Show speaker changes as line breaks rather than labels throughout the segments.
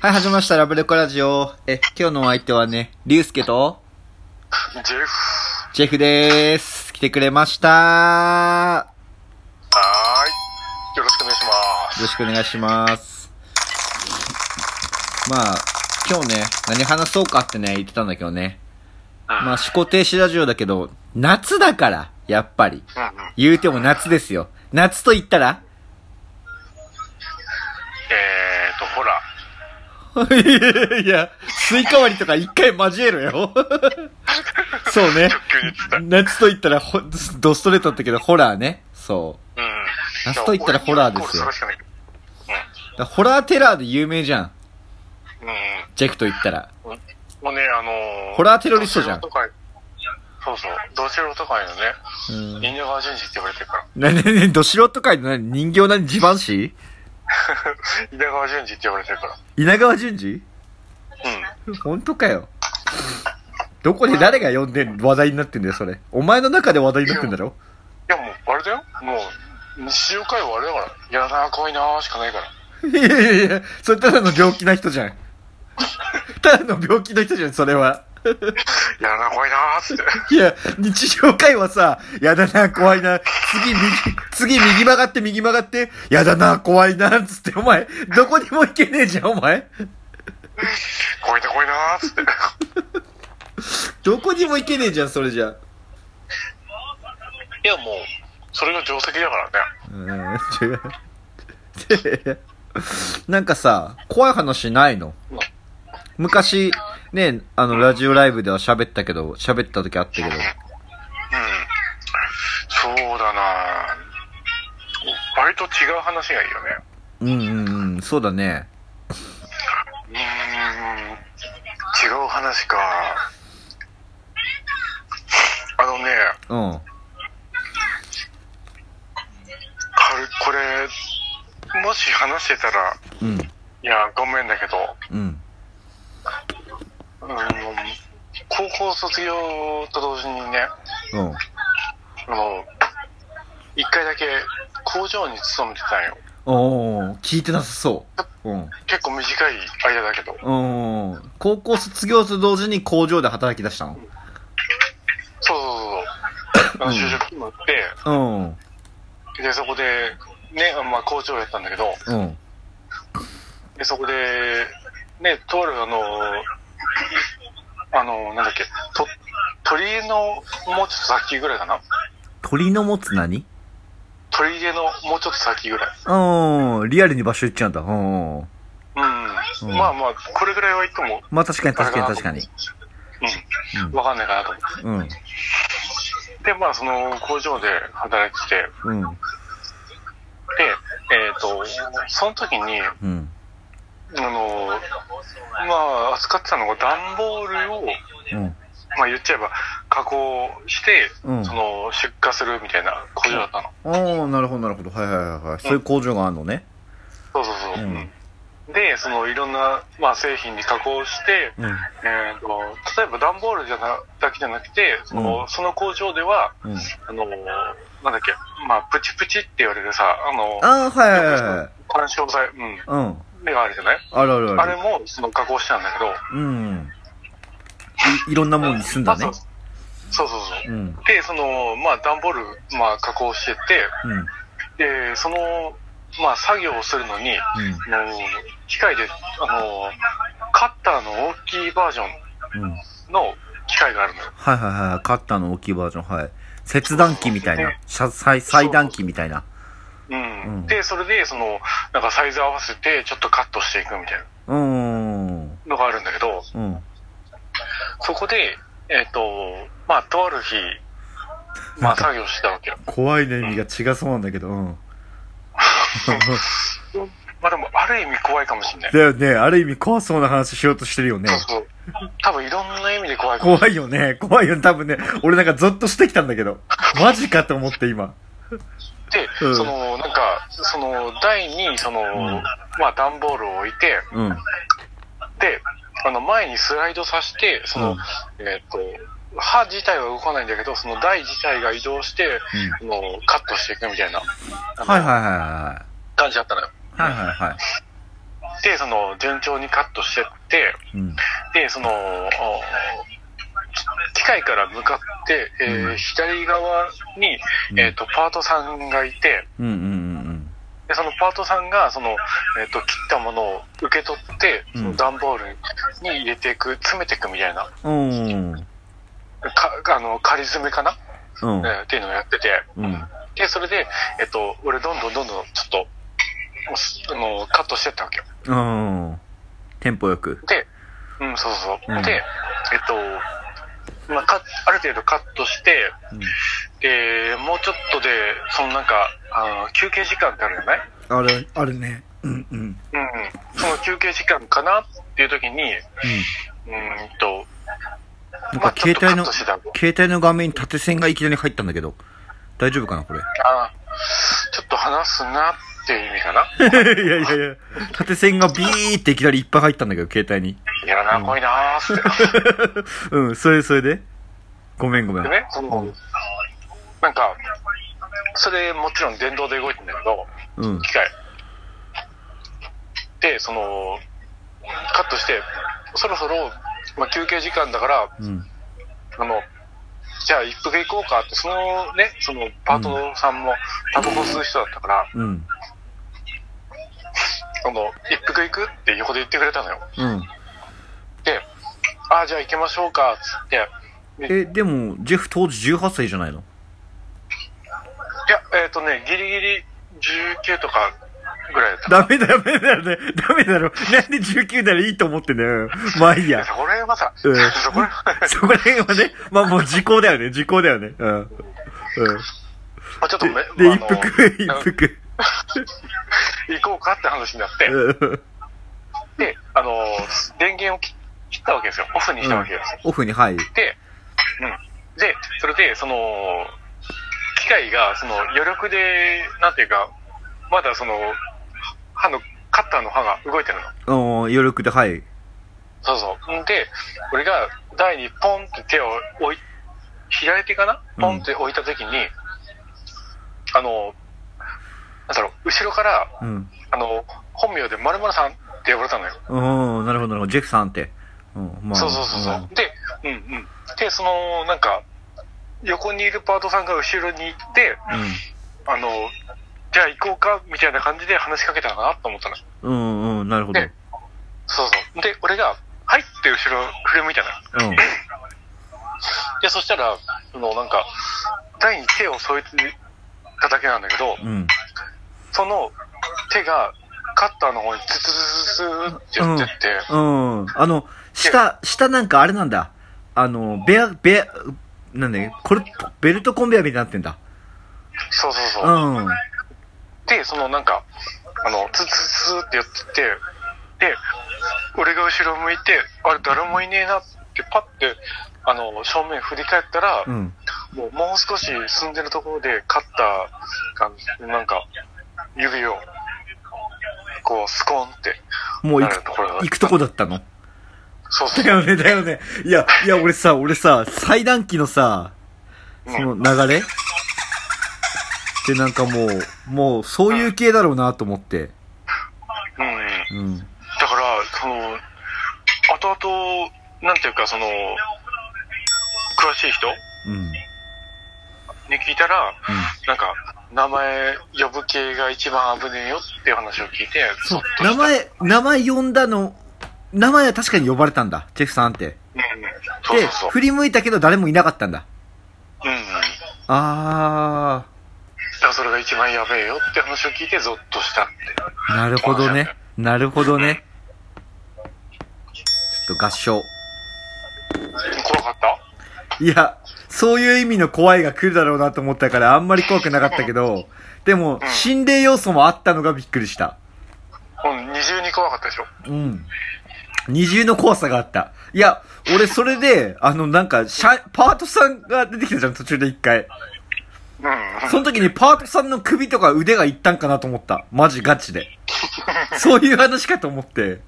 はい、始まりました。ラブレコラジオ。え、今日のお相手はね、リュウスケと、
ジェフ。
ジェフでーす。来てくれましたよ
はーい。よろしくお願いします。
ろしくお願いします。まあ、今日ね、何話そうかってね、言ってたんだけどね。まあ、思考停止ラジオだけど、夏だから、やっぱり。
うんうん。
言うても夏ですよ。夏と言ったら
えーと、ほら。
いや、スイカ割りとか一回交えろよ。 そうね。
直球に伝
夏と言ったらほ、ドストレートだったけど、ホラーね。そう。
うん。
夏と言ったらホラーですよ
俺にはイコールそれしかない
だからホラーテラーで有名じゃん。ジェクと言ったら。
うん。うん。もうね、あのー、
ホラーテロリストじゃん
同志郎とかそうそう。同志郎とかのね、
うん。
稲川淳二って言われてるから。
な、な、な、ど素人会の何人形何地盤師
稲川淳二って言われてるから。
稲川淳二
うん。
本当かよ。どこで誰が呼んで話題になってんだよ、それ。お前の中で話題になってんだろ
いや、もう、あれだよ。もう、日常会話あれだから。いやな、怖いなーしかないから。
いやいやいや、それただの病気な人じゃん。ただの病気の人じゃん、それは。
いやな、怖いなーっつって。
いや、日常会話さ、やだな、怖いな、次右、次右曲がって右曲がって、やだな、怖いな、つって、お前、どこにも行けねえじゃん、お前。
怖いな、怖いなー っつって。
どこにも行けねえじゃん、それじゃ。
いや、もう、それが定石だから
うん、
ね。
違う。でなんかさ、怖い話ないの昔、ね、あの、ラジオライブでは喋ったけど、喋った時あったけど。
うんそうだな割と違う話がいいよね。
うんうんうん、そうだね。
うーん、違う話か。あのね、
うん。
かるこれ、もし話してたら、
うん、
いや、ごめんだけど、
うん、
うーん高校卒業と同時にね、
うん。
あの、一回だけ工場に勤めてたんよ。
おー、聞いてなさそう。うん。
結構短い間だけど。
うん。高校卒業と同時に工場で働き出したの。
そうそうそうそう。あの就職決まって、
うん。うん。
で、そこで、ね、まあ、校長やったんだけど、
うん。
で、そこで、ね、とあるあの、あの、なんだっけ、と、鳥居の、もうちょっと先ぐらいかな
鳥の持つ何
鳥居の、もうちょっと先ぐらい。
うん。リアルに場所行っちゃうんだ。うん。う
うん。
ん
まあまあ、これぐらいは言っても、
まあ確かに確かに
あれ
確かに。
うん。わかんないかなと思っ
うん。
て。で、まあ、その、工場で働いてて、
うん。
で、えっ、と、その時に、あ
うん。
の、まあ、扱ってたのが段ボールを、
うん。
まあ言っちゃえば、加工して、
うん
その、出荷するみたいな工場だったの。
ああ、なるほどなるほど。はいはいはいはい。そういう工場があるのね。
そうそうそう。
うん
で、その、いろんな、まあ製品に加工して、
うん。
えっ、と、例えば段ボールじゃな、だけじゃなくて、その、
うん
その工場では、
うん。
あの、なんだっけ、まあ、プチプチって言われるさ、あの、
ああ、はいはいはいはい。
干渉剤、うん、
うん。
目があるじゃない
あるある
あ
あ
れ
る。
も、その、加工してたんだけど、
うん。い、いろんなもんに住んだね
まあ。そうそうそうそう。
うん。
で、その、まあ、段ボール、まあ、加工してて、
うん。うん。
で、その、まあ、作業をするのに、あの、機械で、あの、カッターの大きいバージョ
うん。
ンの機械があるのよ。
はいはいはい。カッターの大きいバージョン。はい。切断機みたいな。さ裁裁断機みたいな。
うん。
うん
で、それで、その、なんかサイズ合わせて、ちょっとカットしていくみたいな
うーん。
のがあるんだけど、
うん。
そこで、えっ、と、まあ、とある日、
な
ま
ん
あ、
か
作業してたわけよ。
怖いね、意味が違そうなんだけど。うん。
まあ、でも、ある意味怖いかもしんない。
だよね、ある意味怖そうな話しようとしてるよね
そう。そう。多分、いろんな意味で怖いかも
怖いよね、怖いよね、多分ね。俺なんかゾッとしてきたんだけど。マジかと思って今。
で、
うん
その、なんか、その、台に、その、
ん
まあ、段ボールを置いて、
うん。
で、あの、前にスライドさせて、その、
うん
えっ、と、歯自体は動かないんだけど、その台自体が移動して、あのカットしていくみたいな、あの
はいはいは
感じだったのよ。
いはい。はいはいはい。
って、その、順調にカットしてって、
うん。
で、その、お機械から向かって、えー
うん
左側に、
うん
えっ、と、パートさんがいて、
うんうん
で、そのパートさんが、その、えっ、と、切ったものを受け取って、
うん
その段ボールに入れていく、詰めていくみたいな、
うんうん。うん。
か、あの、仮詰めかな、
うん
え。ーっていうのをやってて、
うん。
で、それで、えっ、と、俺どんどんどんどん、ちょっと、おしあの、カットしてったわけよ。
うん。テンポよく。
で、うん、そうそうそう。
うん
で、えっと、まあ、カッある程度カットして、
うん
で、もうちょっとで、そのなんか、あの休憩時間ってあるじゃない
あれ
あるね。うんうん。
うんうん。その休憩時間かなっていう時に、うーんと、
なんか携帯の、
まあちょっとカットして
携帯の画面に縦線がいきなり入ったんだけど、大丈夫かな、こ れ。
たあちょっと話すなっていう意味かな。
いやいやいや、縦線がビーっていきなりいっぱい入ったんだけど、携帯に。
いやな、怖いなーって。
うん、それそれで。ごめんごめん。
で
う
ね、その、なんか、それもちろん電動で動いてんだけど、
ん。
機械。で、その、カットして、そろそろ、まあ、休憩時間だから、
うん。
あの、じゃあ一服行こうかって、そのね、そのパートさんもタバコ吸う人だったから、
うん。
その、一服行くって横で言ってくれたのよ。
うん。
で、ああ、じゃあ行きましょうか、つって、
え、でも、ジェフ当時18歳じゃないの
いや、えっ、とね、ギリギリ19とかぐらいだった。
ダメだ、ダメだよね。ダメだろ。なんで19ならいいと思ってんだよ。まあいいや。
それはさ、
うん
そこら辺は
そこら辺はね、まあもう時効だよね、時効だよね。うん。うん。
まあちょっとめ、
で、
まあ
一服、一服。
行こうかって話になって、
うん
で、あのー電源を切切ったわけですよ。オフにしたわけですよ。
オフに、はい。
で、うん。で、それで、その、機械が、その、余力で、なんていうか、まだその、歯の、カッターの歯が動いてるの。
うん、余力で、はい。
そうそう。んで、俺が台にポンって手を置い、左手かなポンって置いたときに、あの、なんだろう、後ろから、
うん。
あの、本名で〇〇さんって呼ばれたのよ。
うん、なるほど、なるほど。ジェフさんって。うん、まあ。
そうそうそうそう。で、うんうん。で、その、なんか、横にいるパートさんが後ろに行って、あの、じゃあ行こうか、みたいな感じで話しかけたのかなと思ったの。
うん。うん、うん、なるほど。
でそうそう。で、俺が、はいって後ろ振り向いたのよ。
うん。
で、そしたら、その、なんか、台に手を添えてただけなんだけど、
うん。
その手が、カッターの方にツツツツツってやってって、
うん。あの、下、下なんかあれなんだ。あの、ベア、ベア、なんだっけこれ、ベルトコンベアみたいになってんだ。
そうそうそう
う。ん。
で、そのなんか、あの、ツツツツってやってて、で、俺が後ろ向いて、あれ誰もいねえなって、パッて、あの、正面振り返ったら、
うん。
もうもう少し進んでるところで、カッターが、なんか、指を、こう、スコーンって、
もう行
なるところだっ
く、
た
行くとこだったの。
そうそ う
だ。よね、だよね。いや、いや、俺さ、俺さ、裁断機のさ、その流れってなんかもう、もう、そういう系だろうなと思って。
うんうん。
うん。
だから、その、後々、なんていうか、その、詳しい人
うん。
に聞いたら、なんか、名前呼ぶ系が一番危ねえよっていう話を聞いて、
そう
ゾッ、と
名
した
前、名前呼んだの、名前は確かに呼ばれたんだ。ジェフさんって。
うんうんそう
で
そうそう。、
振り向いたけど誰もいなかったんだ。
うんうん。だ
あ
からそれが一番やべえよって話を聞いて、ゾッとしたって。
ー、なるほどね。なるほどね。ちょっと合唱。
怖かった
いや、そういう意味の怖いが来るだろうなと思ったから、あんまり怖くなかったけど、でも、
うん
心霊要素もあったのがびっくりした。
うん、二重に怖かったでしょ
うん。二重の怖さがあった。いや、俺それで、あの、なんか、シャ、パートさんが出てきたじゃん、途中で一回。
うんうん。
その時にパートさんの首とか腕がいったんかなと思った。マジガチ で。そういう話かと思って。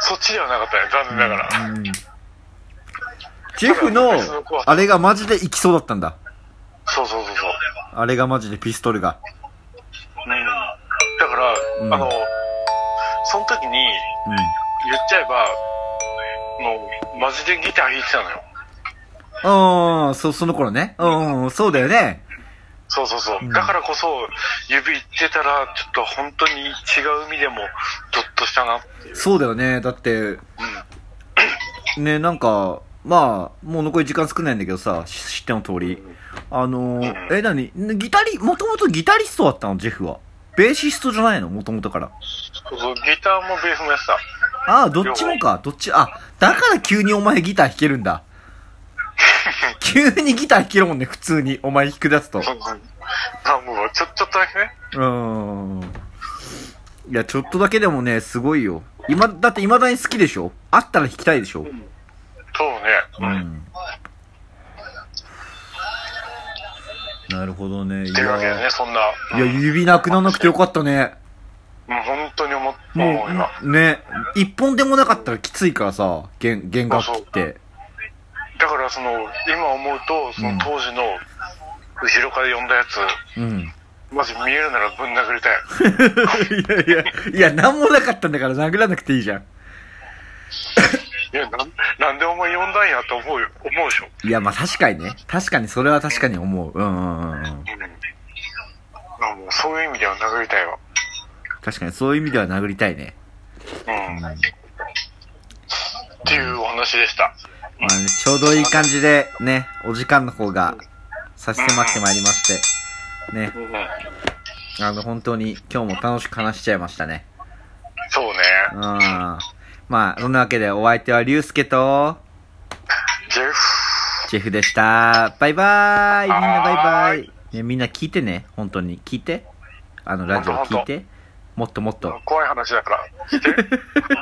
そっちではなかったね、残念ながら。
うん。ジェフの、あれがマジで行きそうだったんだ。
そうそうそうそう。
あれがマジでピストルが。
うん。だから、
うん
あの、その時に
うん。
言っちゃえば、もう、マジでギター弾いてたのよ。
ああ、そ、その頃ね。うん、うん、そうだよね。
そうそうそうう。
ん
だからこそ、指いってたら、ちょっと本当に違う意味でも、ゾッとしたなっていう。
そうだよね。だって、ね、なんか、まあ、もう残り時間少ないんだけどさ、し知っての通り。あのー、え、なに、ギタリ、もともとギタリストだったの、ジェフは。ベーシストじゃないの、もともとから。
そうそう、ギターもベースもやってた。
ああ、どっちもか、どっち、あ、だから急にお前ギター弾けるん だ。急にギター弾けるもんね、普通に。お前弾き出すと。う
そうそう。あ、もう、ちょ、ちょっとだけね。
ーん。いや、ちょっとだけでもね、すごいよ。今、だって未だに好きでしょあったら弾きたいでしょ
そうね。
う。ん。なるほどね。い
っていうわけで
や、
ね、そんな。
いや指なくならなくてよかったね。
うん、本当に思っも
も
う今。
う、ね、一本でもなかったらきついからさ、弦、弦楽器って。
だから、その、今思うと、そ
うん
の当時の、後ろから呼んだやつ、
うん。
マジ見えるならぶん殴りたい。
いやいや、いや、なんもなかったんだから殴らなくていいじゃん。
いや、なん、なんでお前呼んだんやと思うよ、思うでしょ。
いや、まあ確かにね。確かに、それは確かに思う。うんうんうんうん。
うん。あもうそういう意味では殴りたいわ。
確かに、そういう意味では殴りたいね。
うん。っていうお話でした。
まあね、ちょうどいい感じで、ね、お時間の方が差し迫ってまいりまして。ね、
うん。
あの、本当に今日も楽しく話しちゃいましたね。
そうね。
うん。まあ、そんなわけでお相手は、竜介と、
ジェフ。
ジェフでした。バイバーイみんなバイバ
はー
イ、ね、みんな聞いてね、本当に。聞いて。あの、ラジオ
ほんと
聞い
ほんと
て。もっともっと。
怖い話だから。